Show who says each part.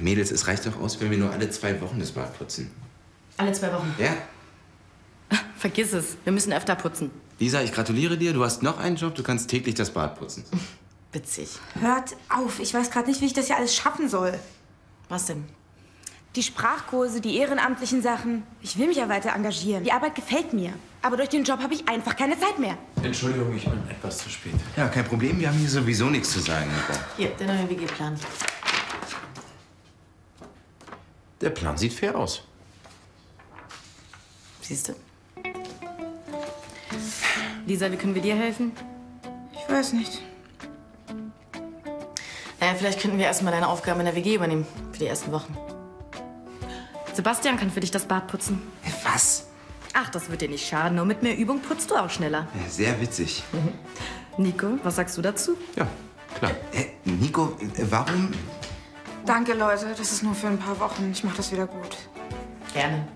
Speaker 1: Mädels, es reicht doch aus, wenn wir nur alle zwei Wochen das Bad putzen.
Speaker 2: Alle zwei Wochen.
Speaker 1: Ja?
Speaker 2: Vergiss es. Wir müssen öfter putzen.
Speaker 1: Lisa, ich gratuliere dir. Du hast noch einen Job. Du kannst täglich das Bad putzen.
Speaker 2: Witzig.
Speaker 3: Hört auf, ich weiß gerade nicht, wie ich das hier alles schaffen soll.
Speaker 2: Was denn?
Speaker 3: Die Sprachkurse, die ehrenamtlichen Sachen. Ich will mich ja weiter engagieren. Die Arbeit gefällt mir. Aber durch den Job habe ich einfach keine Zeit mehr.
Speaker 4: Entschuldigung, ich bin etwas zu spät.
Speaker 1: Ja, kein Problem. Wir haben hier sowieso nichts zu sagen.
Speaker 2: Hier, der neue WG-Plan.
Speaker 4: Der Plan sieht fair aus.
Speaker 2: Siehst du? Lisa, wie können wir dir helfen?
Speaker 3: Ich weiß nicht.
Speaker 2: Naja, vielleicht könnten wir erstmal deine Aufgaben in der WG übernehmen. Für die ersten Wochen. Sebastian kann für dich das Bad putzen.
Speaker 1: Äh, Was?
Speaker 2: Ach, das wird dir nicht schaden. Und mit mehr Übung putzt du auch schneller.
Speaker 1: Äh, Sehr witzig.
Speaker 2: Nico, was sagst du dazu?
Speaker 4: Ja, klar.
Speaker 1: Äh, Nico, äh, warum?
Speaker 3: Danke, Leute. Das ist nur für ein paar Wochen. Ich mache das wieder gut.
Speaker 2: Gerne.